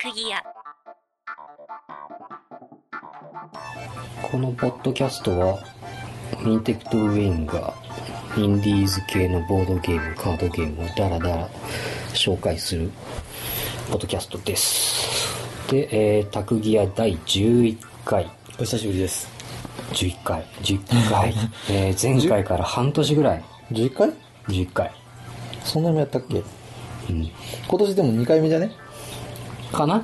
釘屋このポッドキャストはインテクトウェインがインディーズ系のボードゲームカードゲームをダラダラ紹介するポッドキャストですで、えー、タクギア第11回お久しぶりです。 11回11回、えー前回から半年ぐらい11回11回そんなにもやったっけうん今年でも2回目じゃねかな多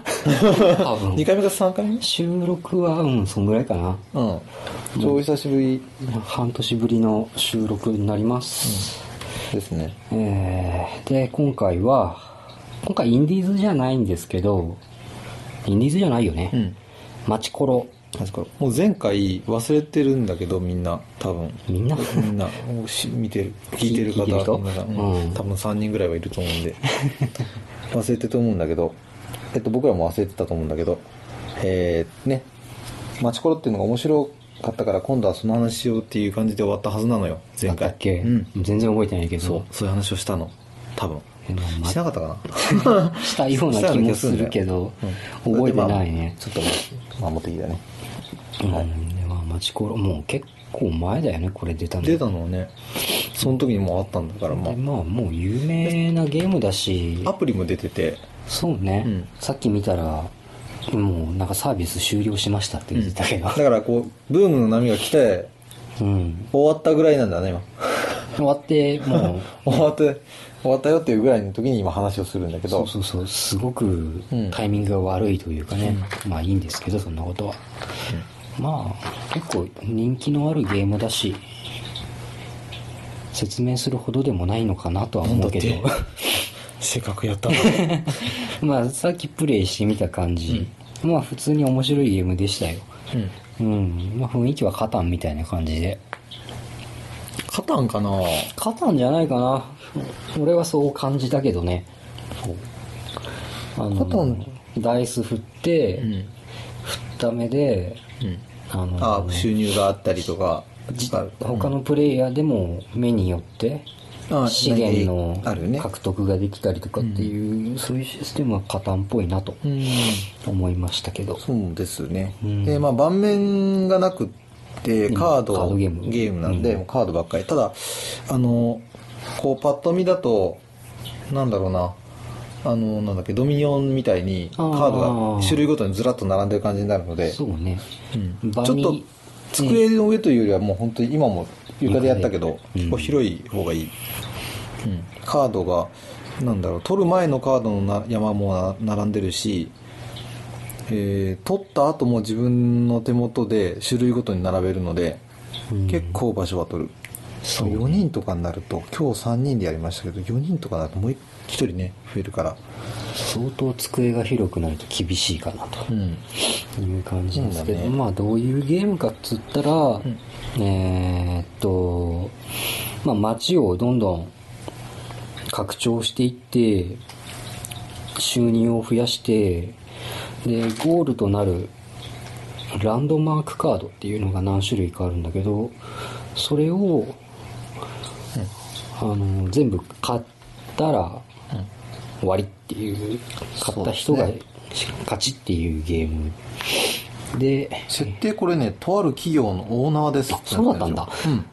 ?2 分回目か3回目収録はうんそんぐらいかなうん。ちょ、お久しぶり半年ぶりの収録になります、ですね。えーで今回は今回インディーズじゃないんですけどインディーズじゃないよね、うん。マチコロ確かもう前回忘れてるんだけど、みんな。多分。みんなみんな、もうし見てる、聞いてる聞いてる人方、皆さんうんうん多分3人ぐらいはいると思う んで。忘れてると思うんだけど、えっと、僕らも忘れてたと思うんだけど、えー、ね、マチコロっていうのが面白かったから、今度はその話しようっていう感じで終わったはずなのよ、前だ回。っけ、うん。全然覚えてないけどそう、そういう話をしたの。多分。でもましなかったか なしたような気もするけど、覚えてないね。ちょっと、まあ、持ってきたね。うん、でまあマチコロ、もう結構前だよね、これ出たの。出たのはね、その時にもうあったんだから、までまあ、もう有名なゲームだしあ、、アプリも出てて、そうね、うんさっき見たら、もうなんかサービス終了しましたって言ってたけどだ、からこう、ブームの波が来て、うん。終わったぐらいなんだね、今。 終わって、もう、終わって、終わったよっていうぐらいの時に今話をするんだけそどう、そうそう、すごくうんタイミングが悪いというかね、まあいいんですけど、そんなことは。まあ、結構人気のあるゲームだし、説明するほどでもないのかなとは思うけどなん、だせっかくやった まあさっきプレイしてみた感じ、まあ普通に面白いゲームでしたよ。うん。うん、まあ雰囲気はカタンみたいな感じで。カタンかなカタンじゃないかな。俺はそう感じたけどね。あのカタンダイス振って、うん。ダメで、うん。あのあ、収入があったりとか、じある他のプレイヤーでも目によってあ資源あるよねの獲得ができたりとかっていうそういうシステムは加担っぽいなとうん。思いましたけどそうですね。うんで、まあ、盤面がなくって、カード、カードゲームなんで、うんもうカードばっかり。ただ、あの、こう、パッと見だと、なんだろうな、あの、なんだっけ、ドミニオンみたいに、カあーードが種類ごとにずらっと並んでる感じになるので、そうねうんちょ場っにと、机の上というよりはもう本当に今も床でやったけど、うんこう広い方がいい。うんカードが、なんだろう、取る前のカードのな山もな並んでるし、えー取った後も自分の手元で種類ごとに並べるので、うん結構場所は取る。そう4人とかになると、今日3人でやりましたけど、4人とかになるともう1人ね、増えるから。相当机が広くなると厳しいかなとうん。いう感じですけど、そうだねまあどういうゲームかっつったら、えーっとまあ街をどんどん拡張していって収入を増やしてでゴールとなるランドマークカードっていうのが何種類かあるんだけどそれを、あの全部買ったら終わりっていう買った人がそうで勝ちっていうゲームで設定これね、とある企業のオーナーです。そうだったんだうん。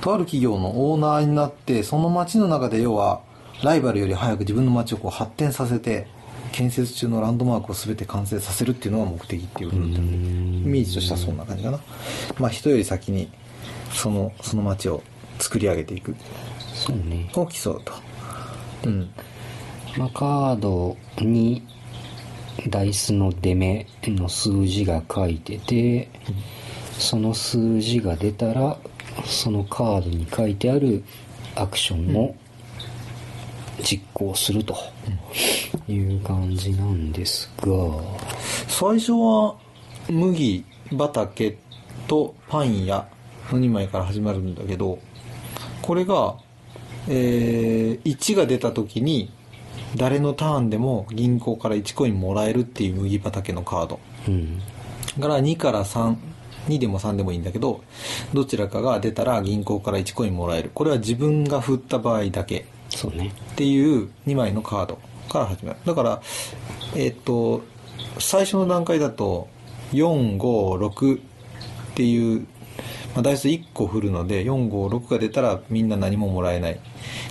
とある企業のオーナーになって、その街の中で要は、ライバルより早く自分の街をこう発展させて、建設中のランドマークを全て完成させるっていうのが目的っていうことになってるうんイメージとしてはそんな感じかな。まあ人より先に、その、その街を作り上げていく。そうねを競うと。うん。まあ、カードにダイスの出目の数字が書いててその数字が出たらそのカードに書いてあるアクションを実行するという感じなんですが最初は麦畑とパン屋の2枚から始まるんだけどこれが、えー1が出た時に誰のターンでも銀行から1コインもらえるっていう麦畑のカードうんから2から32でも3でもいいんだけどどちらかが出たら銀行から1コインもらえるこれは自分が振った場合だけそうねっていう2枚のカードから始まるだからえっ、と最初の段階だと456っていう、まあ、ダイス1個振るので456が出たらみんな何ももらえない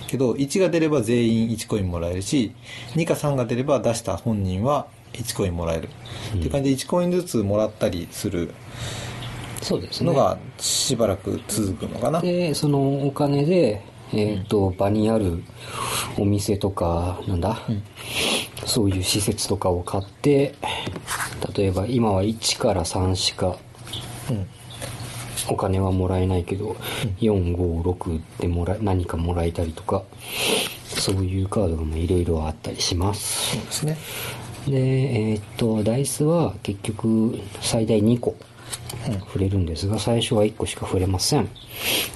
けど1が出れば全員1コインもらえるし2か3が出れば出した本人は1コインもらえる、うんっていう感じで1コインずつもらったりするそうですねのがしばらく続くのかな、でそのお金で、えーと場にあるお店とかなんだ、うんそういう施設とかを買って例えば今は1から3しかうんお金はもらえないけど、456でもら何かもらえたりとかそういうカードがもいろいろあったりしますそうですねでえーっとダイスは結局最大2個うん触れるんですが最初は1個しか触れません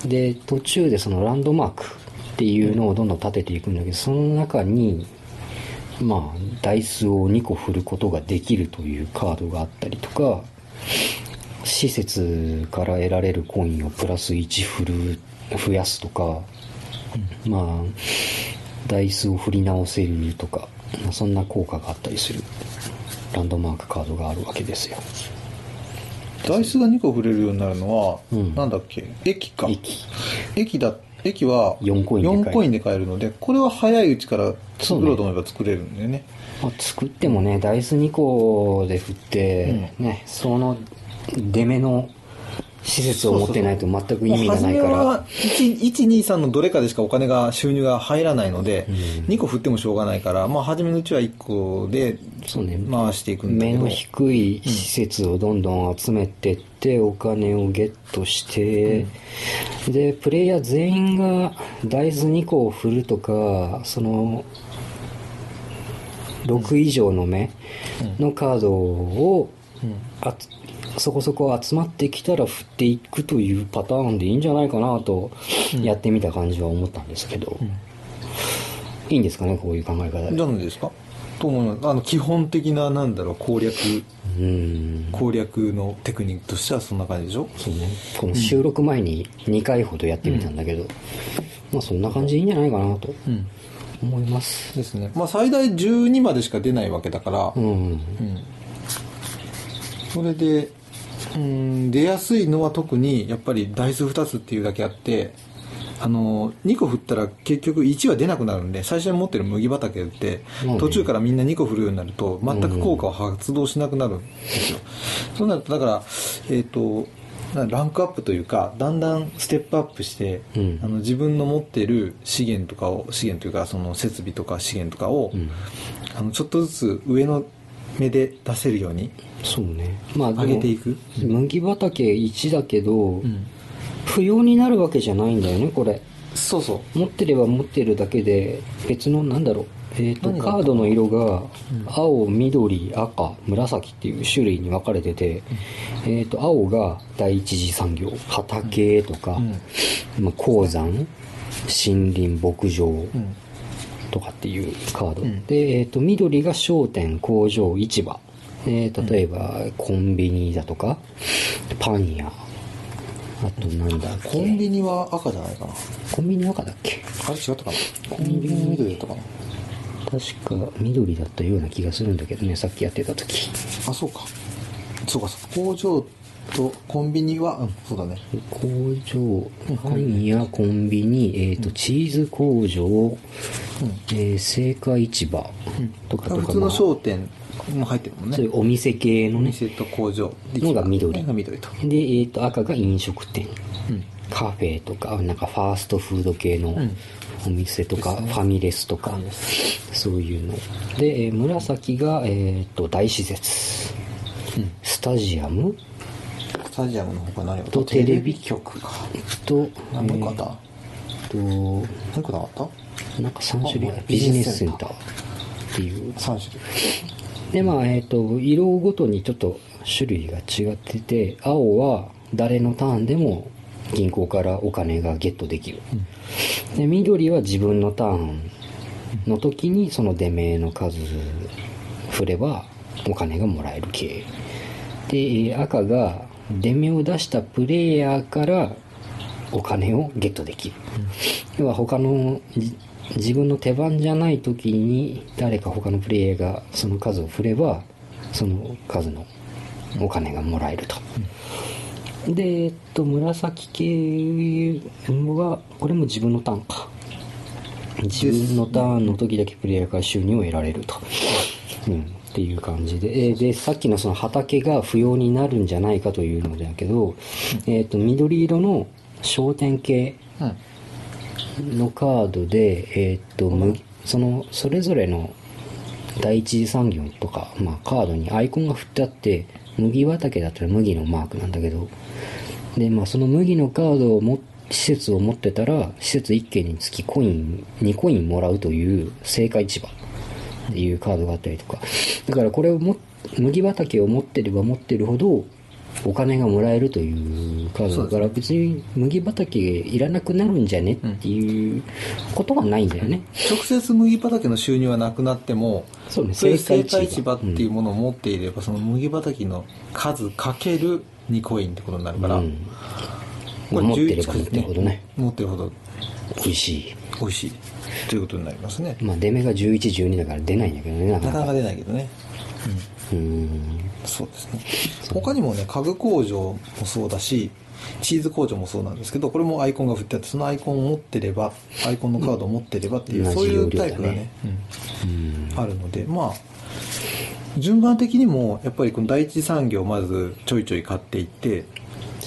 で途中でそのランドマークっていうのをどんどん立てていくんだけどその中にまあダイスを2個振ることができるというカードがあったりとか施設から得られるコインをプラス1振る増やすとか、まあダイスを振り直せるとか、まあそんな効果があったりするランドマークカードがあるわけですよダイスが2個振れるようになるのは、うんなんだっけ駅か駅駅だ駅は4コインで買える4コインで買えるのでこれは早いうちから作ろうと思えば作れるんだよねまあ、作ってもねダイス2個で振って、ねその出目の施設を持ってないと全く意味が初ないめからは123のどれかでしかお金が収入が入らないので、うん2個振ってもしょうがないから、まあ、初めのうちは1個でそうね回していくんだ目けどの低い施設をどんどん集めてって、お金をゲットして、でプレイヤー全員が大豆2個を振るとかその6以上の目のカードを、あつそこそこ集まってきたら振っていくというパターンでいいんじゃないかなとやってみた感じは思ったんですけど、いいんですかねこういう考え方で。どうなんですかと思いますあの基本的ななんだろう攻略うん攻略のテクニックとしてはそんな感じでしょそうね、この収録前に2回ほどやってみたんだけど、まあそんな感じでいいんじゃないかなとうん思います。ですねまあ最大12までしか出ないわけだから、うん。うんそれでうん出やすいのは特にやっぱりダイス2つっていうだけあってあの2個振ったら結局1は出なくなるんで最初に持ってる麦畑ってうん途中からみんな2個振るようになると全く効果を発動しなくなるんですよ、そうなるとだからえっ、となランクアップというかだんだんステップアップして、うんあの自分の持ってる資源とかを資源というかその設備とか資源とかを、うんあのちょっとずつ上の目で出せるようにそうね。まあでも上げていく、麦畑1だけど、不要になるわけじゃないんだよね、これ。そうそう持ってれば持ってるだけで、別のなんだろう。えっ、と、何がカードの色が、青、緑、赤、紫っていう種類に分かれてて、えっ、と、青が第一次産業、畑とか、うんまあ、鉱山森林牧場うんとかっていうカード、んで、えー、と緑が商店工場市場、えー例えばコンビニだとかパン屋あとなんだっけコンビニは赤じゃないかなコンビニ赤だっけあれ違ったかなコンビニ緑だったかな確か緑だったような気がするんだけどねさっきやってた時あそうかそうかそうか工場とコンビニはうんそうだね工場パン屋コンビニ、えー、とチーズ工場、えー、青果市場とかとか、普通まのあ商店も入ってるもんそういねうお店系おのね店と工場のが緑が緑とで、えー、と赤が飲食店うんカフェとかなんかファーストフード系のんお店とか、ファミレスとか、ファミレそういうので、えー紫が、えー、と大施設うんスタジアムスタジアムの他何とをテレビ局かと,、え何個あっー、たと何個なかっなんか3種類あるビビジジネネススセセンンタターーっていうた3種類でまあえっ、と色ごとにちょっと種類が違ってて青は誰のターンでも銀行からお金がゲットできる、で緑は自分のターンの時にその出目の数振ればお金がもらえる系でえー赤が出目を出したプレイヤーからお金をゲットできる、要は他のじ自分の手番じゃない時に誰か他のプレイヤーがその数を振ればその数のお金がもらえると、で、えっと、紫系はこれも自分のターンか自分のターンの時だけプレイヤーから収入を得られると、うん、っていう感じで、えーでさっきのその畑が不要になるんじゃないかというのだけど、えっと緑色の焦点系うんのカードで、えーっとむそのそれぞれの第一次産業とか、まあ、カードにアイコンが振ってあって麦畑だったら麦のマークなんだけどで、まあ、その麦のカードをも施設を持ってたら施設1軒につきコイン2コインもらうという正解千葉っていうカードがあったりとかだからこれをも麦畑を持ってれば持ってるほどお金がもらえるというカードだから別に麦畑いらなくなるんじゃねっていうことはないんだよね、直接麦畑の収入はなくなってもそうねそういう生生態態市市場場っていうものを持っていれば、その麦畑の数かける2コインってことになるから、うんこれ持ってれ11ば個持っですてるほどね持ってるほど美味しい美味しいということになりますねまあ出目が1112だから出ないんだけどねなかななかなかか出ないけどね、うーんうん、そうですね他にもね家具工場もそうだしチーズ工場もそうなんですけどこれもアイコンが振ってあってそのアイコンを持ってればアイコンのカードを持ってればっていう、うんそうい同うじ要タ領イだねプがね、うんうんあるのでまあ順番的にもやっぱりこの第一次産業をまずちょいちょい買っていって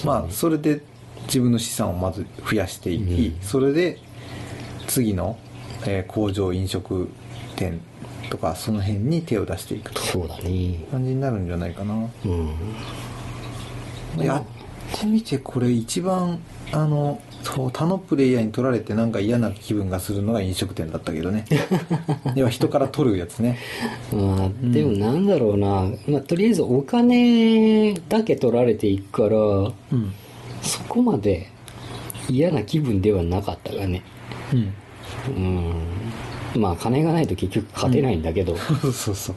まあそれで自分の資産をまず増やしていき、うんそれで次の、えー工場飲食店とかその辺に手を出していくとそうだね感じになるんじゃないかなうんやってみてこれ一番あのそう他のプレイヤーに取られてなんか嫌な気分がするのが飲食店だったけど ね要は人から取るやつねまあ、でもなんだろうな、まあ、とりあえずお金だけ取られていくからうんそこまで嫌な気分ではなかったがねうんうんまあ金がないと結局勝てないんだけど、そうそうそう。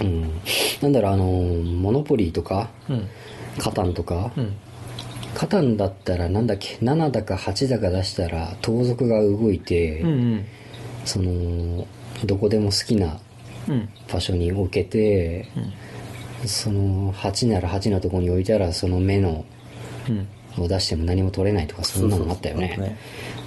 うんなんだろうあのモノポリーとかうん。カタンとか、うん。カタンだったらなんだっけ7だか8だか出したら盗賊が動いて、うん。そのどこでも好きなうん。場所に置けてその8なら8のとこに置いたらその目のうん。を出しても何も取れないとかそんなのあったよね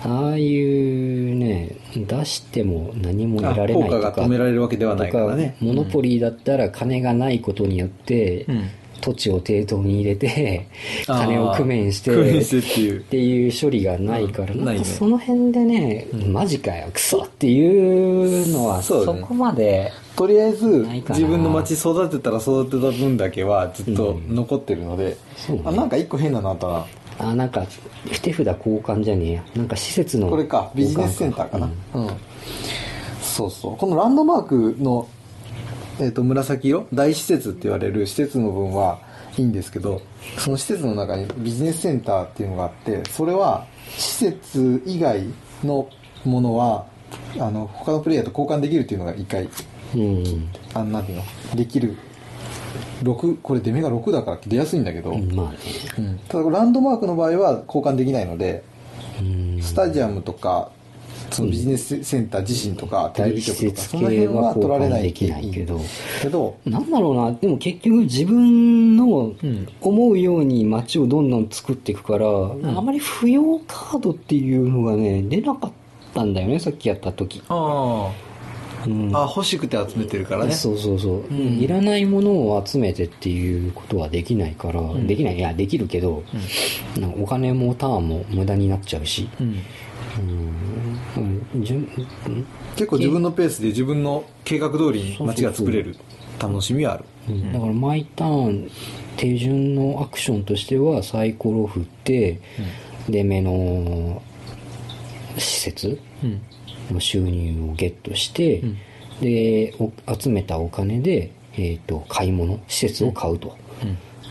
そうそうそあうあいうね出しても何も得られあない効と果かが止められるわけではないからねと。かモノポリーだったら金がないことによって、うん。土地を抵当に入れてあー金を工面して工面してっていうっていう処理がないから、うんななんいかねその辺でね、マジかよクソっていうのはそそうだねこまでとりあえず、ないかな自分の町育てたら育てた分だけはずっと残ってるので、そうねあ、なんか一個変なのあったな。あなんか不手札交換じゃねえやなんか施設のこれか、ビジネスセンターかな。うん。そうそう。このランドマークの、えっ、と、紫色、大施設って言われる施設の分はいいんですけど、その施設の中にビジネスセンターっていうのがあって、それは施設以外のものは、あの、他のプレイヤーと交換できるっていうのが一回、うん、うんあんなんていうの、できる。6、これ出目が6だから出やすいんだけど、うんまあねうんただランドマークの場合は交換できないので、うんスタジアムとか、そのビジネスセンター自身とか、テレ大ビ施局とか、設その辺系はは取交られな換いできないけど、けど、なんだろうなでも結局自分のん思うように街をどんどん作っていくから、んあまり不要カードっていうのがね出なかったんだよねさっきやった時、あうんあ、欲しくて集めてるからそうそうそう、んいらないものを集めてっていうことはできないから、んできないいやできるけど、なんかお金もターンも無駄になっちゃうし、うんうんうんじゅんうん結構自分のペースで自分の計画通りに街が作れる楽しみはある。うんだから毎ターン手順のアクションとしてはサイコロを振って、で目の施設うん。の収入をゲットして、んでお集めたお金で、えー、と買い物施設を買うと、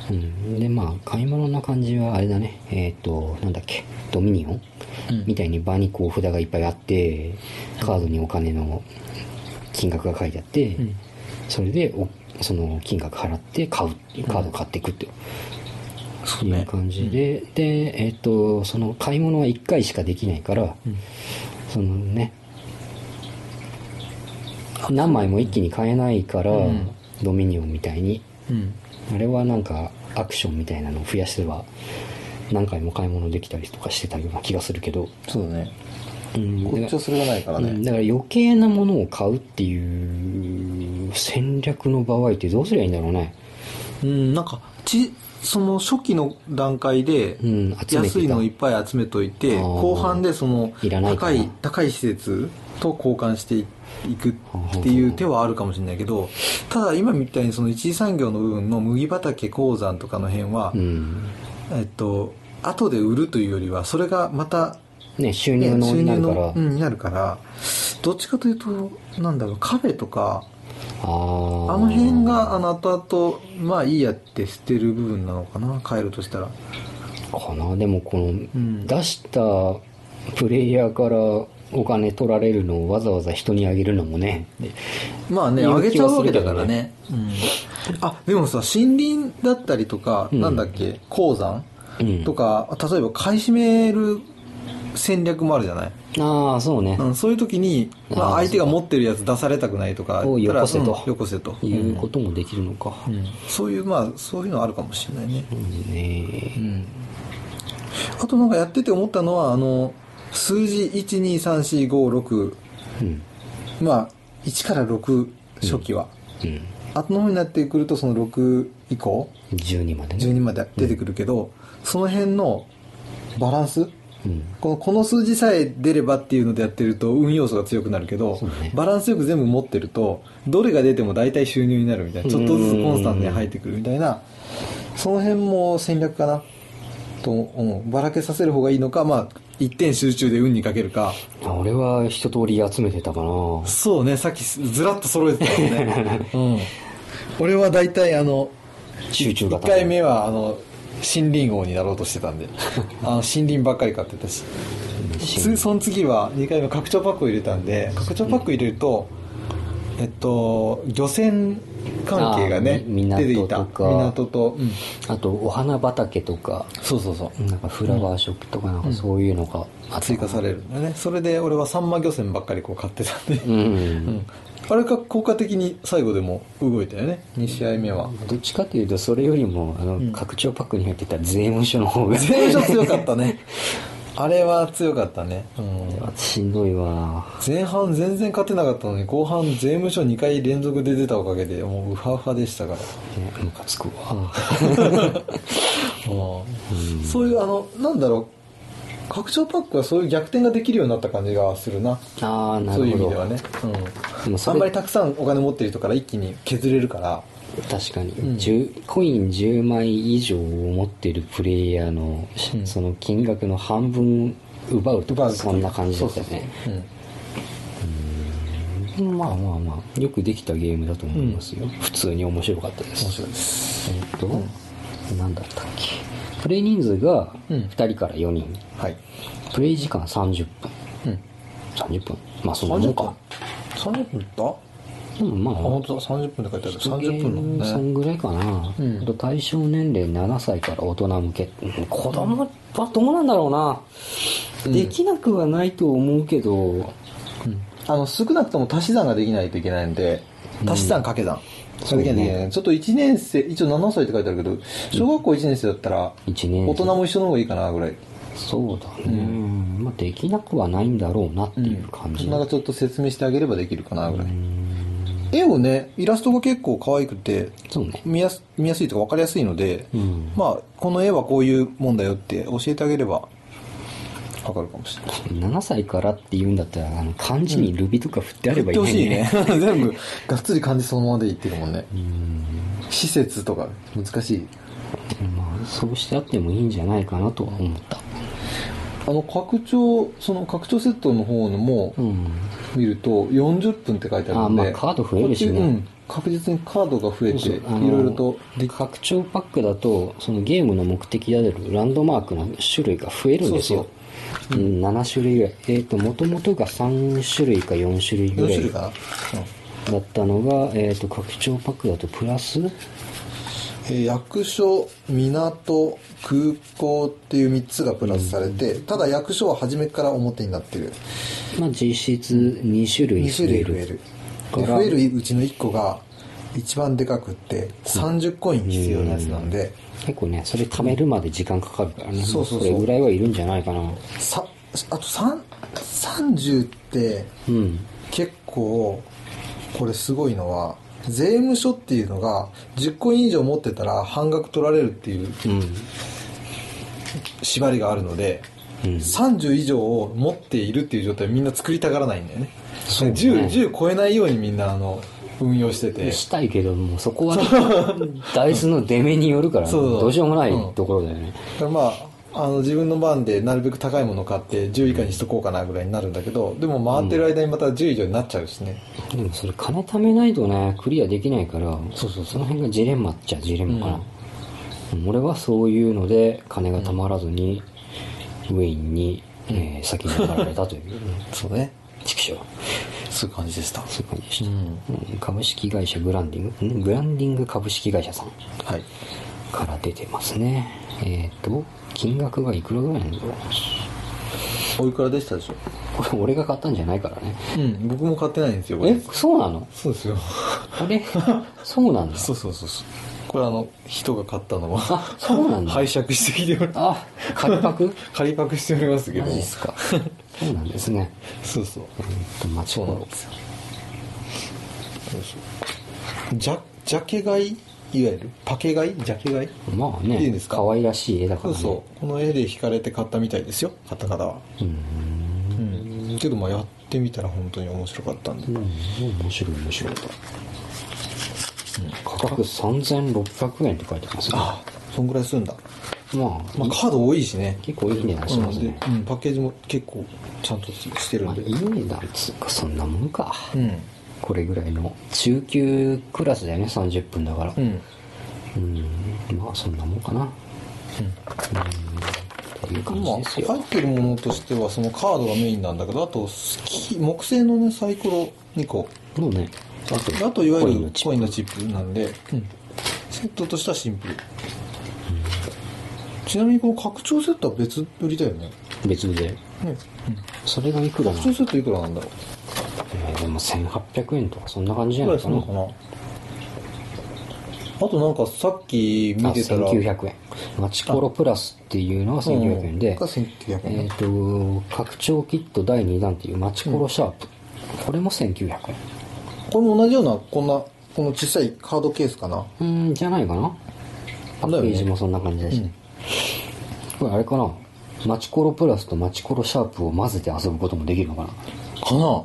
うんでまあ買い物な感じはあれだねえっ、となんだっけドミニオン、うんみたいに場にこう札がいっぱいあってカードにお金の金額が書いてあって、んそれでおその金額払って買うっていうカードを買っていくっていうそういねう。感じで、で、えっ、と、その買い物は1回しかできないから、そのね、何枚も一気に買えないから、うんドミニオンみたいにうんあれはなんかアクションみたいなのを増やせば何回も買い物できたりとかしてたような気がするけど、そうだねうんこっちはそれがないからね、うんだから余計なものを買うっていう戦略の場合ってどうすりゃいいんだろうね。うん、なんかちその初期の段階でうん集めてた安いのをいっぱい集めといて、あー後半でそのいらないか高ない高い施設と交換していくっていう手はあるかもしれないけどただ今みたいにその一次産業の部分の麦畑鉱山とかの辺は、うん。えっと後で売るというよりはそれがまたね、収ね入の収にな入るから、の、うんになるからどっちかというとなんだろうカフェとかあーあの辺があの後々まあいいやって捨てる部分なのかな帰るとしたらかなでもこの、ん出したプレイヤーからお金取られるのをわざわざ人にあげるのもねまあね言あうげ気ちゃはうすわるけけだどねからね、うん、あでもさ森林だったりとか、うんなんだっけ鉱山うんとか例えば買い占める戦略もあるじゃない、ああそうね、うん、そういう時に、まあーあ、相手が持ってるやつ出されたくないとかおうだからよこせとうんよこせということもできるのか、うんうんそういうまあそういうのあるかもしれないね、ねあとなんかやってて思ったのはあの数字123456うんまあ1から6初期は、うん後の方になってくるとその6以降12までね12まで出てくるけど、その辺のバランスうんこのこの数字さえ出ればっていうのでやってると運要素が強くなるけど、そうねバランスよく全部持ってるとどれが出ても大体収入になるみたいなちょっとずつコンスタントに入ってくるみたいなその辺も戦略かなと思うばらけさせる方がいいのかまあ一点集中で運にかけるか俺は一通り集めてたかなそうねさっきずらっと揃えてたも んね、うん、俺は大体あの集中型1回目はあの森林王になろうとして たんであの森林ばっかり買ってたしつその次は2回目拡張パックを入れたんで拡張パック入れると、えっと漁船関係がねあーみ出てい港たとか港と、うんあとお花畑とかそうそうそうなんかフラワーショップとかなんかそういうのがあった追加されるんだねそれで俺はサンマ漁船ばっかりこう買ってたんで、うん、うんあれが効果的に最後でも動いたよね2試合目はどっちかというとそれよりもあの、拡張パックに入ってた税務署の方が全勝強かったねあれは強かったね、うん、しんどいわ前半全然勝てなかったのに後半税務署2回連続で出たおかげでもうウハウハでしたから、ねムカつく わそういうあのなんだろう拡張パックはそういう逆転ができるようになった感じがするなああなそういるう意ほど味ではね、でうん、もそあれんまりたくさんお金持ってる人から一気に削れるから確かに、ん10コイン10枚以上を持ってるプレイヤーの、うんその金額の半分奪うと奪かうとかそんな感じだったよねうんまあまあまあよくできたゲームだと思いますよ、普通に面白かったです面白いですえっと、なんだったっけプレイ人数がうん2人から4人、はい、プレイ時間30分うん、 30分まあそんなもんか30分だあでもまあ本当だ30分って書いてある30分ゲームなそのねんぐらいかな、うんあと対象年齢7歳から大人向け子供はどうなんだろうな、できなくはないと思うけどあの少なくとも足し算ができないといけないんで足し算掛け算そうねができないといけないちょっと1年生一応7歳って書いてあるけど小学校1年生だったら1年大人も一緒の方がいいかなぐらいそうだね、まあ、できなくはないんだろうなっていう感じ、なんかちょっと説明してあげればできるかなぐらい絵をねイラストが結構可愛くてそうね見やす見やすいとか分かりやすいので、うんまあこの絵はこういうもんだよって教えてあげれば分かるかもしれない7歳からって言うんだったらあの漢字にルビとか振ってあればいい言のってにほしいね全部がっつり漢字そのままでいってるもんね施設とか難しいまあ、そうしてあってもいいんじゃないかなとは思ったあの拡張その拡張セットの方のもうん見ると40分って書いてあるんであまあカード増えるしねこっちうん確実にカードが増えてそういそうあのろいろとで拡張パックだとそのゲームの目的であるランドマークの種類が増えるんですようん、7種類ぐらいえっ、ともともとが3種類か4種類ぐ4ら種類いかな、うんだったのが、えー、と拡張パックだとプラスえー役所港空港っていう3つがプラスされて、ただ役所は初めから表になってるまあ実質2種類2増種類え増るえるかでら増えるうちの1個が一番でかくって30コイン必要なやつなんで、結構ね、それ貯めるまで時間かかるからね。そうそうそうまあれぐらいはいるんじゃないかな。さあと3 30ってうん。結構これすごいのは税務署っていうのが10コイン以上持ってたら半額取られるっていううん。縛りがあるので、うん30以上を持っているっていう状態をみんな作りたがらないんだよねそうね 10, 10超えないようにみんなあの運用しててしたいけど、もうそこは、 大豆の出目によるからね、そうそうどうしようもないうんところだよね。だからまああの自分の番でなるべく高いものを買って10以下にしとこうかなぐらいになるんだけどでも回ってる間にまた10以上になっちゃうしね、でもそれ金貯めないとね、クリアできないから、そうそう、その辺がジレンマっちゃジレンマかな。俺はそういうので、金が貯まらずに、ウェインに、えー先にやられたという、そうね畜生。そういう感じでしたそういう感じでした。んうん株式会社ブランディング、んブランディング株式会社さんはいから出てますね。えっ、と、金額がいくらぐらいなんだろう。おいくらでしたでしょこれ俺が買ったんじゃないからね。うん僕も買ってないんですよこれえ、そうなのそうですよあれそうなんだ。 そうそうそうそうこれあの人が買ったのはあ、そうなんだ。拝借してきておりあ、借りパク借りパクしておりますけどマもジっすか。そうなんですね。そうそうとまあちそょうっなんとですよそうそうジャジャケ買いいわゆるパケ買いジャケ買いまあいいねです、か可愛らしい絵だかそらうね。そうこの絵で惹かれて買ったみたいですよ買った方はうん。うんけどまあやってみたら本当に面白かったんで、うん、面白い面白いと。価格3600円って書いてますね。あそんぐらいするんだ、まあ、まあ、カード多いしね結構いい値段しますね。うんでうん、パッケージも結構ちゃんとしてるまんあ、で、いい値段っつうか、そんなもんか。うんこれぐらいの。中級クラスだよね、30分だから。ううんん、ん、まあ、そんなもんかな。うん、という感まじあ、です入よっ。てるものとしてはそのカードがメインなんだけどあとスキ木製のねサイコロ2個もうね、あと、あといわゆコるインのチップコインのチップなんで、セットとしてはシンプル、ちなみにこの拡張セットは別売りだよね別で。ね、それがいくらな拡張セットいくらなんだろうえーでも1800円とかそんな感じじゃぐないらいすかるなの。かなあとなんかさっき見あ、てたら1900円。マチコロプラスっていうのは1900円うんでが、1900円、えっ、と、拡張キット第2弾っていうマチコロシャープ。これも1900円。これも同じようなこんなこの小さいカードケースかなうーん、じゃないかな。パッケージもそんな感じだし。これあれかな。マチコロプラスとマチコロシャープを混ぜて遊ぶこともできるのかな。かな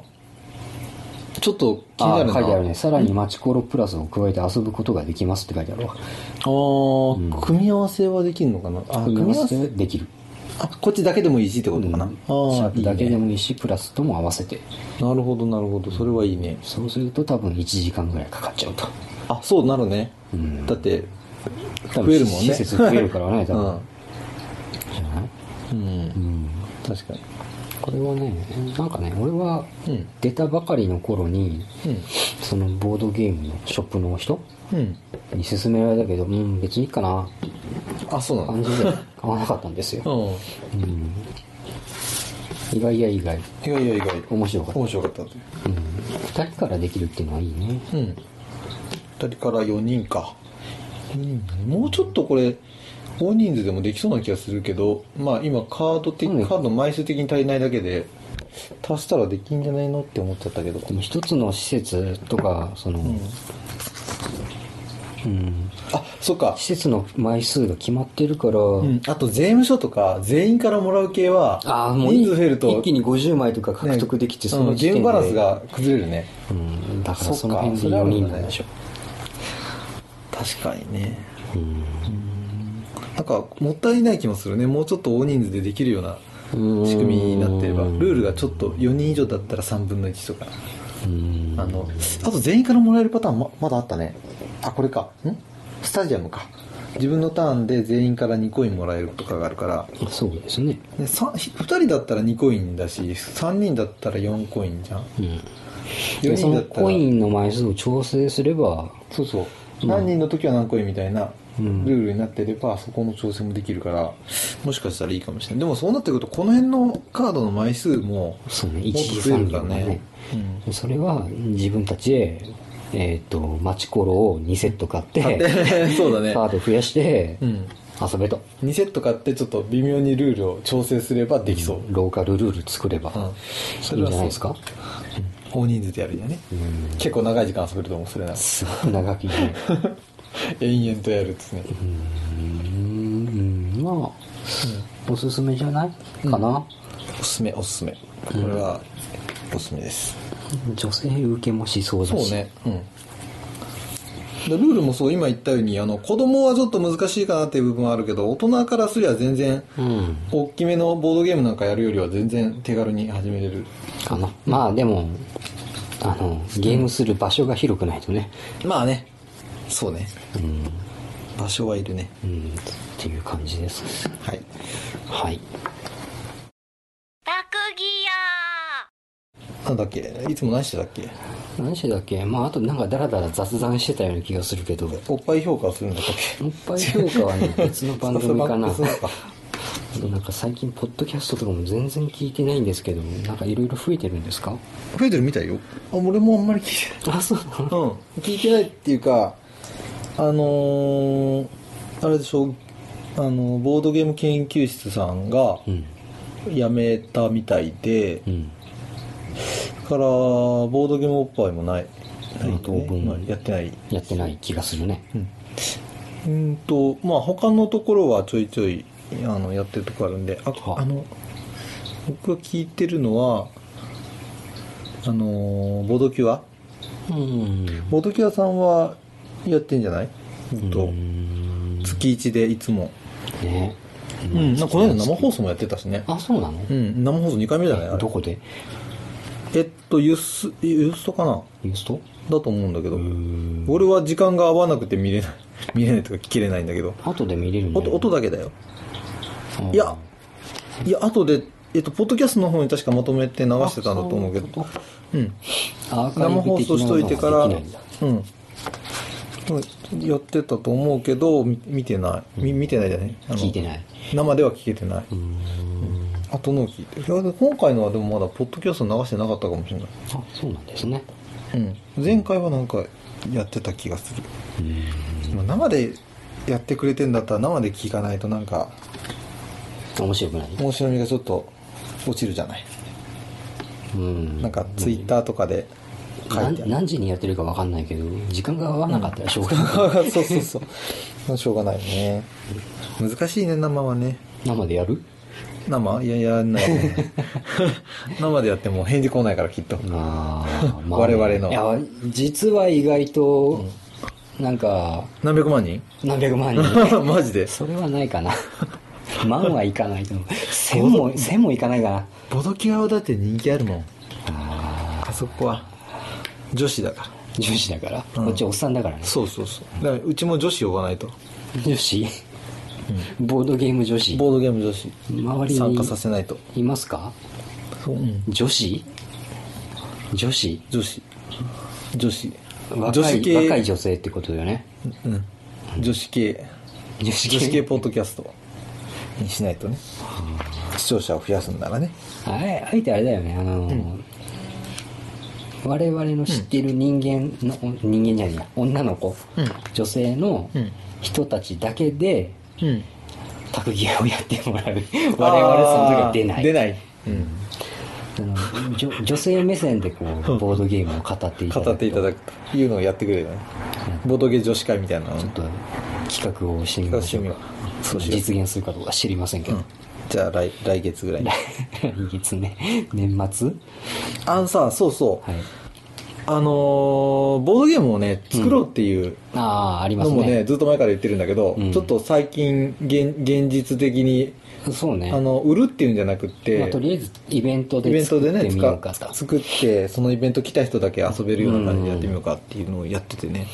ちょっと気にあなるーな書いてあるね。さらにマチコロプラスを加えて遊ぶことができますって書いてあるわ。あー組み合わせはできるのかなあ組み合わせできる。あこっちだけでもいいしってことかな、うんあシーャープだけいいでねもいいし、プラスとも合わせて。なるほどなるほどそれはいいねそうすると多分1時間ぐらいかかっちゃうと。あそうなるね、うんだって多分増えるもんね施設増える からね、う多分ん。じゃないうんうん。確かにこれはね、なんかね、俺はうん出たばかりの頃に、うそのボードゲームのショップの人んうんに勧められたけど、うん、別にいいかな、あそうなん感だじで買わなかったんですよ。うんうん。意外や意外、意外や意外面白かった。面白かったといううん。二人からできるっていうのはいいね。うん2人から4人か4人もうちょっとこれ大人数でもできそうな気がするけどまあ今カード的、うんカード枚数的に足りないだけで足したらできんじゃないのって思っちゃったけどでも一つの施設とか、その、うん、あそっか施設の枚数が決まってるから、うん、あと税務署とか全員からもらう系はああもうい人数増えると一気に50枚とか獲得できて、ねそのうん時点ゲーでムバランスが崩れるねうんだからそそっのか辺でそれあ4るんだね人なんでしょ確かにねうんなんかもったいない気もするねもうちょっと大人数でできるようなうん仕組みになってればルールがちょっと4人以上だったら3分の1とかうんあのあと全員からもらえるパターンままだあったねあこれかんスタジアムか自分のターンで全員から2コインもらえるとかがあるからそうですねで2人だったら2コインだし3人だったら4コインじゃんうん4でそ人のだったらコインの枚数を調整すればそうそう、何人の時は何個みたいなうルんールになってればそこの調整もできるからもしかしたらいいかもしれないでもそうなってくるとこの辺のカードの枚数ももっそうねと一次増え産る業からがねねうんそれは自分たちでえっ、と、町コロを2セット買って、 そうだ ねカード増やして、うん遊べと。 2セット買ってちょっと微妙にルールを調整すればできそう、うんローカルルール作れば、そいいんれはじゃないそうですか大人数でやるにはね、うん結構長い時間遊べると思うそれならすごい長き ね。延々とやるですね、うん、うんまあ、おすすめじゃないかな。おすすめおすすめこれはおすすめです、女性受けもしそうだし。そうねうんでルールもそう今言ったようにあの子供はちょっと難しいかなっていう部分はあるけど大人からすりゃ全然うん。大きめのボードゲームなんかやるよりは全然手軽に始めれるかな。まあでも、あの、ゲームする場所が広くないとね。まあねそうねうん。場所はいるねうん、っていう感じです。はいはい。特技よなんだっけいつも何してたっけ何してたっけまああとなんかダラダラ雑談してたような気がするけど、おっぱい評価をするんだったっけおっぱい評価は ね、別の番組かな。そうそう かなんか最近、ポッドキャストとかも全然聞いてないんですけど、なんかいろいろ増えてるんですか増えてるみたいよあ俺もあんまり聞いてないあ、そうなのうん、聞いてないっていうかあのーあれでしょあのボードゲーム研究室さんがうん。辞めたみたいで、うん。だからボードゲームおっぱいもないない、当分ねまあやってないやってない気がするね。うんとまあ他のところはちょいちょいあのやってるとこあるんであはあの僕が聞いてるのはあのーボードキュアうん。ボードキュアさんはやってんじゃない、うんうとーん月1でいつもね。うん、なんかこの間生放送もやってたしね。あ、そうなのうん、生放送2回目じゃないあれどこでえっと、ユース、ユーストかなユーストだと思うんだけどうー。ん。俺は時間が合わなくて見れない。 見れないとか聞けれないんだけど。後で見れるんだ音、よ音だけだよ。うんいや、いや、後で、えっと、ポッドキャストの方に確かまとめて流してたんだと思うけあど。そういうことうん。アーカイブ生放送しといてから、的なのができないんだうん。やってたと思うけど、み見てない。み見てないじゃないあの聞いてない。生では聞けてない。うーん。後のを聞いて。いやで今回のはでもまだポッドキャスト流してなかったかもしれない。あ、そうなんですね。うん、前回はなんかやってた気がするうーん。まあ生でやってくれてんだったら生で聞かないとなんか面白くない面白みがちょっと落ちるじゃないうん。なんかツイッターとかで書いてな何時にやってるか分かんないけど時間が合わなかったらしょうがない、ある そうそうそうまあしょうがないね難しいね生はね 生でやる生いややんない、 ね、生でやっても返事来ないからきっとまあ、まあ、我々のいや実は意外と、なんか何百万人何百万人 マジでそれはないか な万はいかないと思う千も千もいかないかなボドキュアはだって人気あるもんああそこは女子だからー女子だから、うんこっちおっさんだからねそうそうそうだからうちも女子呼ばないと女子、ボードゲーム女子ボードゲーム女子周り参に加させないといますか女子女子女子女子若女子い若い系女性ってことだよねうん女子系女子系女子系ポッドキャストにしないとね視聴者を増やすんならねあえあえてあれだよねあの、我々の知っている人間の、人間じゃないや女の子、うん女性のうん人たちだけでうん卓球をやってもらう我々その時は出ない出ないうんあの女女性目線でこうボードゲームを語っていただ語くっていただくというのをやってくれるねボードゲー女子会みたいなのをちょっと企画をしてみましょうかそうしよう実現するかどうか知りませんけうど、んじゃあ来来月ぐらいに 来月ね年末あのさそうそうはいあのーボードゲームをね作ろうっていうああありまのすもねねずっと前から言ってるんだけど、うんちょっと最近現現実的にそうねあの売るっていうんじゃなくって、まあ、とりあえずイベントイベでント作でっねてみようか使とっ作ってそのイベント来た人だけ遊べるような感じでやってみようかっていうのをやっててね、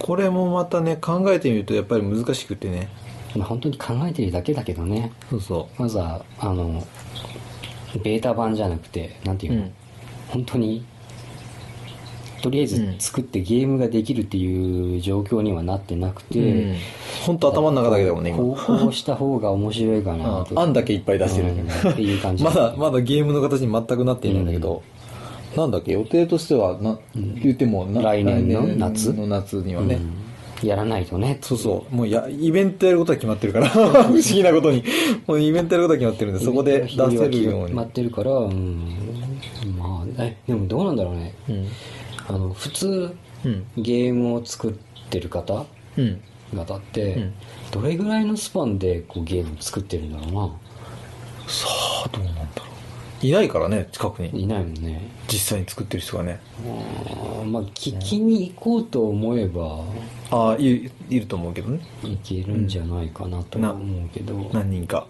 これもまたね考えてみるとやっぱり難しくてねまあ本当に考えてるだけだけどねそうそまずはあのベータ版じゃなくてなんていううの、ん本当にとりあえずうん作ってゲームができるっていう状況にはなってなくて、うん本当頭の中だけだもんね今こうこうした方が面白いかなと うん案だけいっぱい出してるうんっていう感じまだまだゲームの形に全くなっていないんだけど、なんだっけ予定としてはな言ってもな来年の夏の夏にはね、やらないとね。そうそうもうやイベントやることは決まってるから 不思議なことに もうイベントやることは決まってるんでそこで出せるよう決まっに、てるから、うん。まあ、え、でもどうなんだろうね。うんあの、普通、うんゲームを作ってる方うん方って、うんどれぐらいのスパンでこうゲーム作ってるんだろうな。さあどうなんだろういないからね近くにいないもんね。実際に作ってる人がねあーまあ、聞きに行こうと思えば、ああいいると思うけどねいけるんじゃないかなとは思うけど、何人か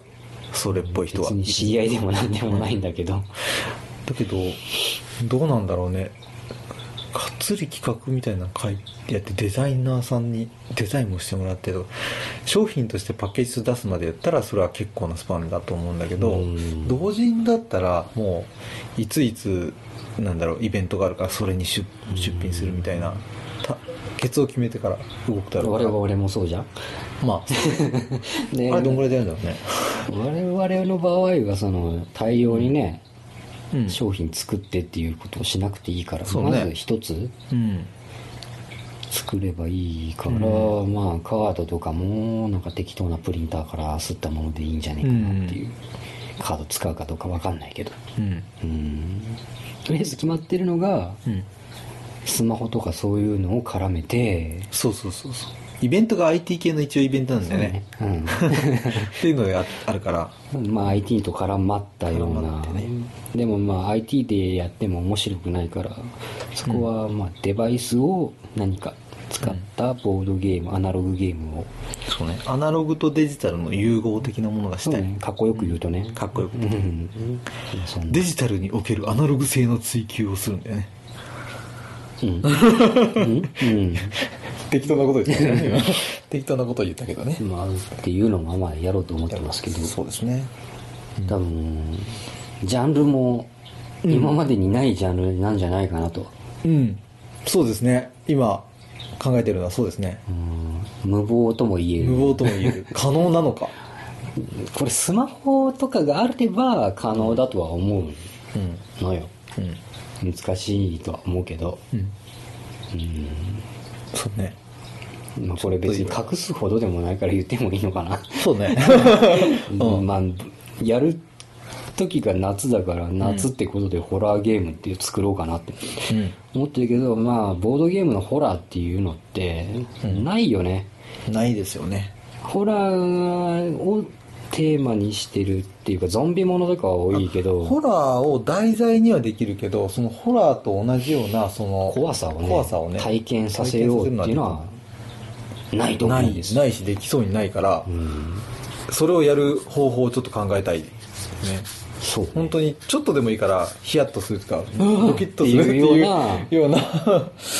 それっぽい人は別に知り合いでも何でもないんだけ ど。だけどどうなんだろうねがっつり企画みたいなの書いてやってデザイナーさんにデザインもしてもらってと商品としてパッケージ出すまでやったらそれは結構なスパンだと思うんだけどうん同人だったらもういついつなんだろうイベントがあるからそれに出出品するみたいなたケツを決めてから動くだろう我から々俺もそうじゃん。までああれどんぐらいでやるんだろうね我々の場合はその大量にね、うん商品作ってっていうことをしなくていいから、そうまねず一つうん作ればいいから、うまあカードとかもなんか適当なプリンターから吸ったものでいいんじゃないかなっていう、カード使うかどうかわかんないけどうんうんとりあえず決まってるのがうんスマホとかそういうのを絡めてそうそうそうそうイベントが IT 系の一応イベントなんだよねっていうのがああるからうん、まあ IT と絡まったよう絡まな、ってねでもまあ IT でやっても面白くないからそこはまあデバイスを何か使ったボードゲーム、アナログゲームをそうねアナログとデジタルの融合的なものがしそうたい、ねかっこよく言うとね、かっこよくうてんそんなデジタルにおけるアナログ性の追求をするんだよね うんうん適当なこと言ったね 適当なこと言ったけどねうんまあっていうのもまあやろうと思ってますけどそうですね多分ジャンルも今までにないジャンルなんじゃないかなと、うんそうですね今考えてるのはそうですねうん無謀とも言える無謀とも言える可能な のかこれスマホとかがあれば可能だとは思うんうのようん難しいとは思うけど、うんそ うねまあ、これ別に隠すほどでもないから言ってもいいのかな、そうね うんまあやる時が夏だから夏ってことでホラーゲームっていう作ろうかなって思ってるけどまあボードゲームのホラーっていうのってないよね、うんないですよねホラーをテーマにしてるっていうかゾンビものとかは多いけどホラーを題材にはできるけどそのホラーと同じようなその怖さをね怖さをね体験させようっていうのはないと思なうんいですないしできそうにないから、うんそれをやる方法をちょっと考えたいですねそう本当にちょっとでもいいからヒヤッとするとかんドキッとするっていうっていうような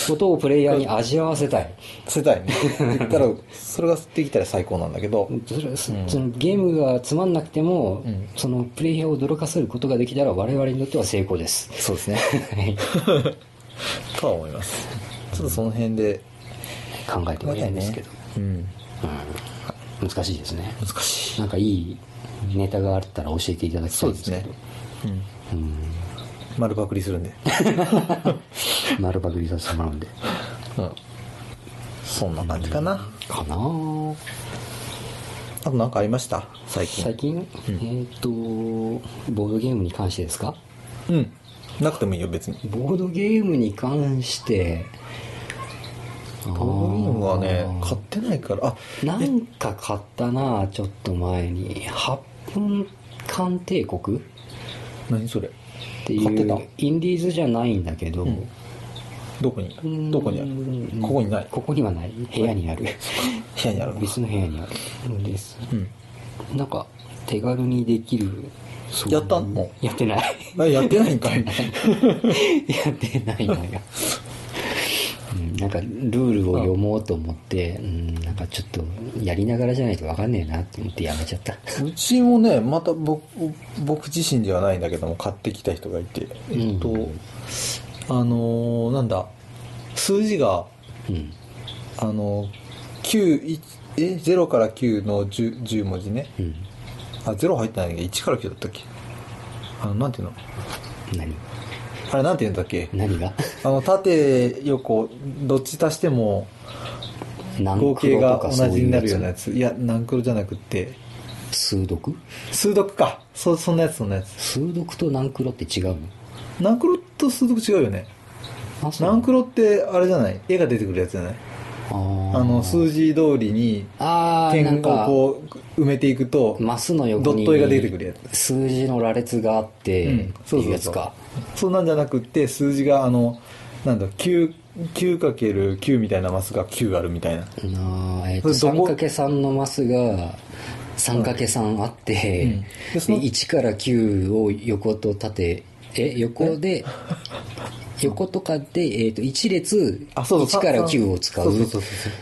ことをプレイヤーに味わわせたい世代ね言ったらそれができたら最高なんだけどそれそそのゲームがつまんなくても、うんそのプレイヤーを驚かせることができたら我々にとっては成功ですそ うですねはいとは思いますちょっとその辺で考えてはいるんですけど、うんうん難しいですね難しいなんかいいネタがあったら教えていただきたそいうでですすけねどうんうん丸パクリするんで丸パクリさせてもらうんでうんそんな感じかなかなああと何かありました最近最近、えっ、とボードゲームに関してですかうんなくてもいいよ別にボードゲームに関してボードゲームはね買ってないからああーなんか買ったなちょっと前に8分間帝国っ何それてい買ってうたインディーズじゃないんだけど、んどこにうんどこにあうんるここにないここにはない部屋にあ る部屋にあるんだ別の部屋にあるんですうんなんか手軽にできるそういうやったのやってない あやってないんかいやってないの よ、うん、なんかルールを読もうと思って、うん、なんかちょっとやりながらじゃないと分かんねえなって思ってやめちゃったうちもねまた僕僕自身ではないんだけども買ってきた人がいてえっと、うんあのーなんだ数字がうんあの9いえ0から9の 10, 10文字ねうんあゼ0入ってないんだけど1から9だったっけあのなんていうの何あれなんて言うんだっけ何があの縦横どっち足しても何合計黒とがかそ同ういじにうなやるようなつやついや何黒じゃなくって数読数読かそそんなやつそんなやつ数読と何黒って違うの何黒と数読違うよねあそう何黒ってあれじゃない絵が出てくるやつじゃないああの数字通りにあーな点んをかこう埋めていくとマスの横ドにット絵が出てくるやつ数字の羅列があって、うんそうっていそううやつそうかそうなんじゃなくって数字があのなんだ 9×9 みたいなマスが9あるみたいななあえっとそれどこ 3×3 のマスが 3×3 あって、うんでそので1から9を横と縦え横 で横とかで、えっと1列あそうそう1から9を使うそうそうそう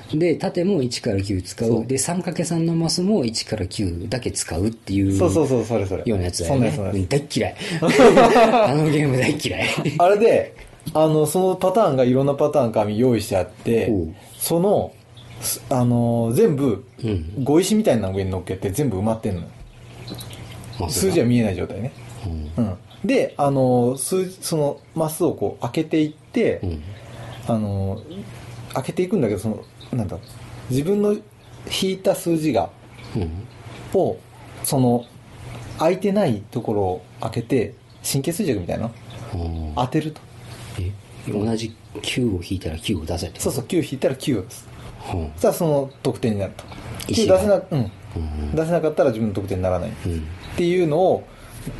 そうで縦も1から9使そううで 3×3 のマスも1から9だけ使うっていうそうそうそうそれそれようなやつだそよんなやねつそんなやつうん大っ 嫌いあのゲーム大っ嫌いあれで、あの、そのパターンがいろんなパターン紙用意してあっておう、その、すあの、全部、うん碁石みたいなの上に乗っけて全部埋まってんのよ。マス数が字は見えない状態ね。うんうん。で、あの、数字、その、マスをこう開けていって、うんあの、開けていくんだけど、その、なんだ、自分の引いた数字が、うんを、その、開いてないところを開けて、神経衰弱みたいなのうん当てると。え同じ9を引いたら9を出せってそうそう、9引いたら9を出す。う、うんさあその得点になると石9が出せな,、うん、うん出せなかったら自分の得点にならないっうんていうのを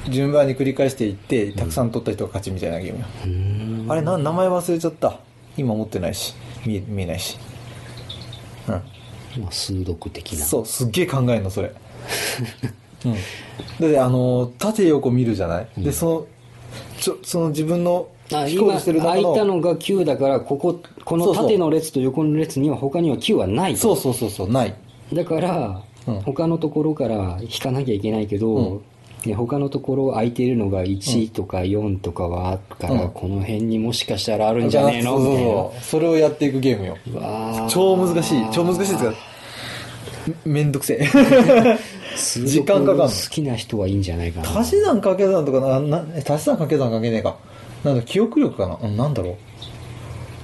順番に繰り返していってたくさん取った人が勝ちみたいなゲーム、うんあれな名前忘れちゃった今持ってないし見え見えないしうまあ数読的んなそうすっげえ考えるの それうんだってあのー縦横見るじゃない、でそのちょその自分のあ飛行今機してる中空いたののが9だからこここそのうそう縦の列と横の列には他には9はないそうとそうそうそうないだから、うん他のところから引かなきゃいけないけど、うんね他のところ空いてるのが1とか4とかはあるから、うんこの辺にもしかしたらあるんじゃねえのそうそうみたいなそうそれをやっていくゲームようわー超難しい超難しいですからめめんど くせえ数時間かかんの好きな人はいいんじゃないかな足し算掛け算とかななえ足し算掛け算関係ねえかなんだ記憶力かなうんなんだろう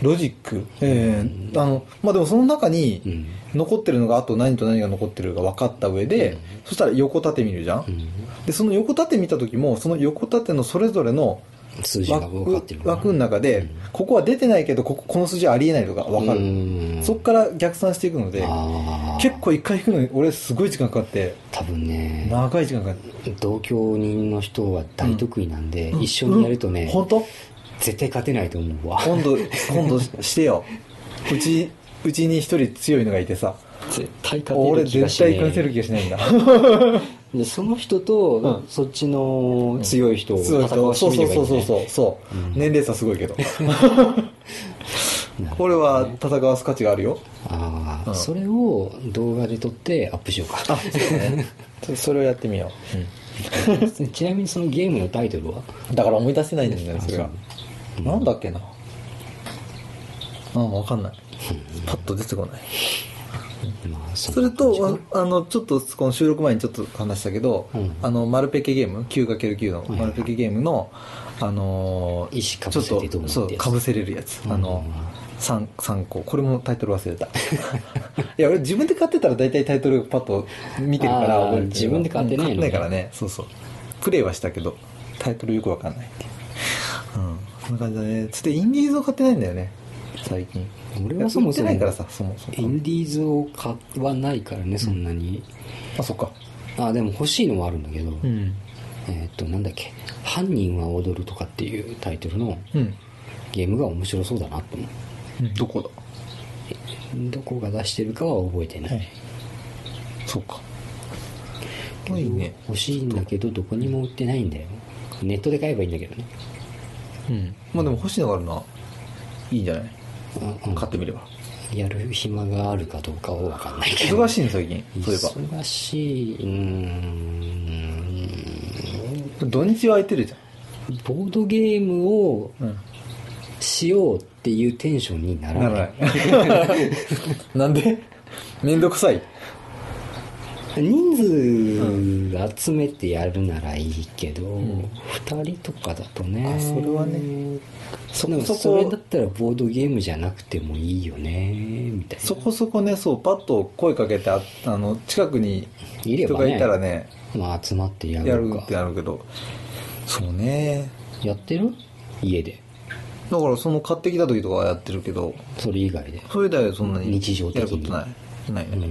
ロジックええあのまあでもその中うにん残ってるのがあと何と何が残ってるか分かった上で、そしたら横縦見るじゃん、うんでその横縦見た時もその横縦のそれぞれの数字が分かってる枠枠の中で、ここは出てないけどこここの数字はありえないとか分かる、うんそっから逆算していくのであー結構一回引くのに俺すごい時間かかって多分ね長い時間かかって同居人の人は大得意なんで、一緒うんにやるとね、本当絶対勝てないと思うわ今度今度してようちうちに一人強いのがいてさ絶対勝て俺る気が絶しね対勝てる気がしないんだでその人と、うんそっちの強い人を強い戦人わしてそうみそれうばいいそんうだねそうそうそう、年齢差す ごいけどなるほこれは戦わす価値があるよああ、うんそれを動画で撮ってアップしようかあそうだねちょっと それをやってみよう、 ちなみにそのゲームのタイトルはだから思い出せないんだよねそれがなんだっけなあわかんないパッと出てこないまあそそれとああのちょっとこの収録前にちょっと話したけど、うんあの丸ペケゲーム 9×9 のい丸ペケゲームの、あのー石かちぶょせてっどうとなそってうやつかぶせれるやつ、うんあの 3, 三個これもタイトル忘れた いや俺自分で買ってたら大体タイトルパッと見てるからあー覚えるけど自分で買ってないのねうん買ってないからねそうそうプレイはしたけどタイトルよくわかんないっていううんそんな感じだねつってインディーズを買ってないんだよね最近俺はそもそも売ってないからさそもそイもンディーズを買わないからねそんなに、あそっかあでも欲しいのもあるんだけど、うんえーっとなんだっけ「犯人は踊る」とかっていうタイトルのうんゲームが面白そうだなと思うどこだどこが出してるかは覚えてない、はいそうかけどいいね欲しいんだけどどこにも売ってないんだよネットで買えばいいんだけどねうんまあでも欲しいのがあるないいんじゃないうんうん買ってみればやる暇があるかどうかは分かんないけど忙しいの最近そういえ忙しいうーんば土日は空いてるじボードゲームをゃんうんしようっていうテンションにならなない らないなんでめんどくさい人数集めてやるならいいけど、ん2人とかだとねあそれはねそそでこもそこそれだったらボードゲームじゃなくてもいいよねみたいなそこそこねそうパッと声かけてああの近くにいれ人ばがねいたらねまあ、集まってややるるかってなるけどそうねやってる家でだからその買ってきた時とかはやってるけどそれ以外でそれ以外はそんなに日常的やるこにとないないうーねん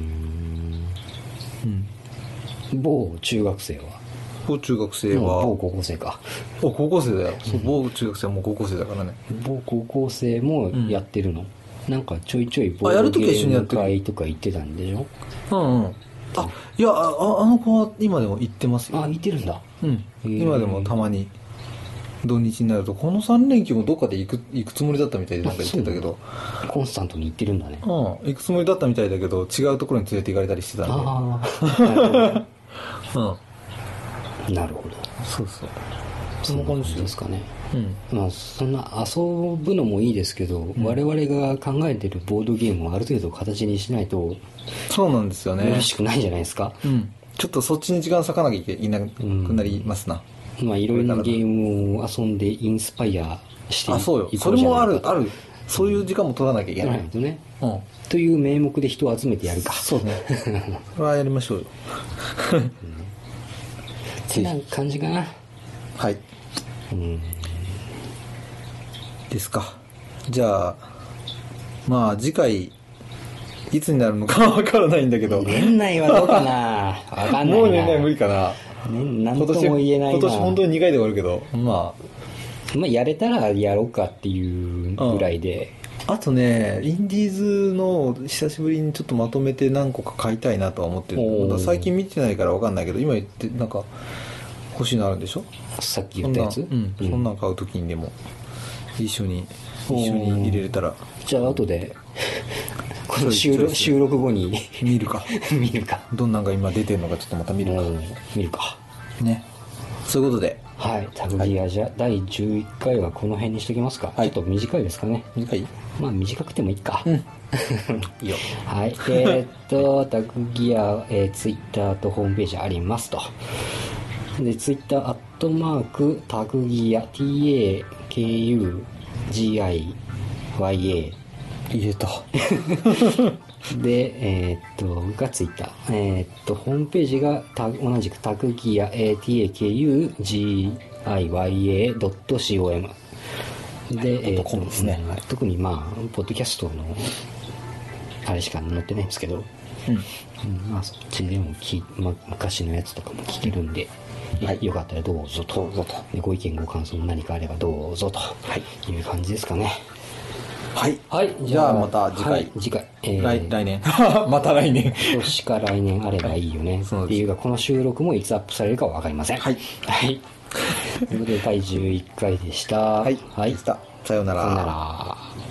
うん某中学生は某中学生うんは、某高校生かお高校生だよそう某中学生はもう高校生だからね某高校生もやってるの、なんかちょいちょいボあやードるとゲきは一緒にーやムってる会とか行ってたんでしょうんうんあいやあああの子は今でも行ってますよあ行ってるんだうん、ー今でもたまに土日になるとこの3連休もどっかで行く行くつもりだったみたいでなんか言ってたけどコンスタントに行ってるんだねうん行くつもりだったみたいだけど違うところに連れて行かれたりしてたんでああなるほうどん なるほどそうそうそそんんなな感感じじでですかねうんまあそんな遊ぶのもいいですけど、我々が考えてるボードゲームをある程度形にしないとよそうなんですよねろしくないじゃないですか、うんちょっとそっちに時間割かなきゃいけなくなりますな、まあいろいろなゲームを遊んでインスパイアしていあそうよいそこうれじゃなもいあかるあるそういう時間も取らなきゃいけやならいないとねうんという名目で人を集めてやるかそう ねそれはやりましょうよ ってな感じかなはいうんですかじゃあまあ次回いつになるのかわからないんだけど年内はどうかな わかんないなもう年内無理かなね今何と年も言えないな今年本当に2回で終わるけどままあ、やれたらやろうかっていうぐらいで、ああとねインディーズの久しぶりにちょっとまとめて何個か買いたいなとは思ってるおーまだ最近見てないからわかんないけど今言ってなんか欲しいのあるんでしょさっきそ言ったんなやん、つうん、うんそんなん買う時にでも一緒に一緒に入れれたらじゃあ後でこそのう収そ録う収録後に 見るか見るかどんなんが今出てるのかちょっとまた見るか、うん見るかねそういうことではいタグギアじゃ、第11回はこの辺にしときますか、はいちょっと短いですかね短いまあ短くてもいいか、いいよ はい、えーっと、タグギア、えー、ツイッターとホームページありますと。で、ツイッター、アットマーク、タグギア、t-a-k-u-g-i-y-a 入れたで、えーっと、がツイッター。えーっと、ホームページがタグ同じくタグギア、えー takugiya.com。で、えーっと .com ですねはい特にまあ、ポッドキャストの、あれしか載ってないんですけど、うんまあ、そっちでもき、まあ、昔のやつとかも聞けるんで、はいよかったらどうぞとどうぞとでご意見ご感想何かあればどうぞと、い、う感じですかねはい、はいじゃあまた次回、はい次回、えー来来年 また来年今年か来年あればいいよね。そうですっていうか、この収録もいつアップされるかはわかりません。はいはい。ということで、第11回でした。はい、はい。でしたさようなさよらなら。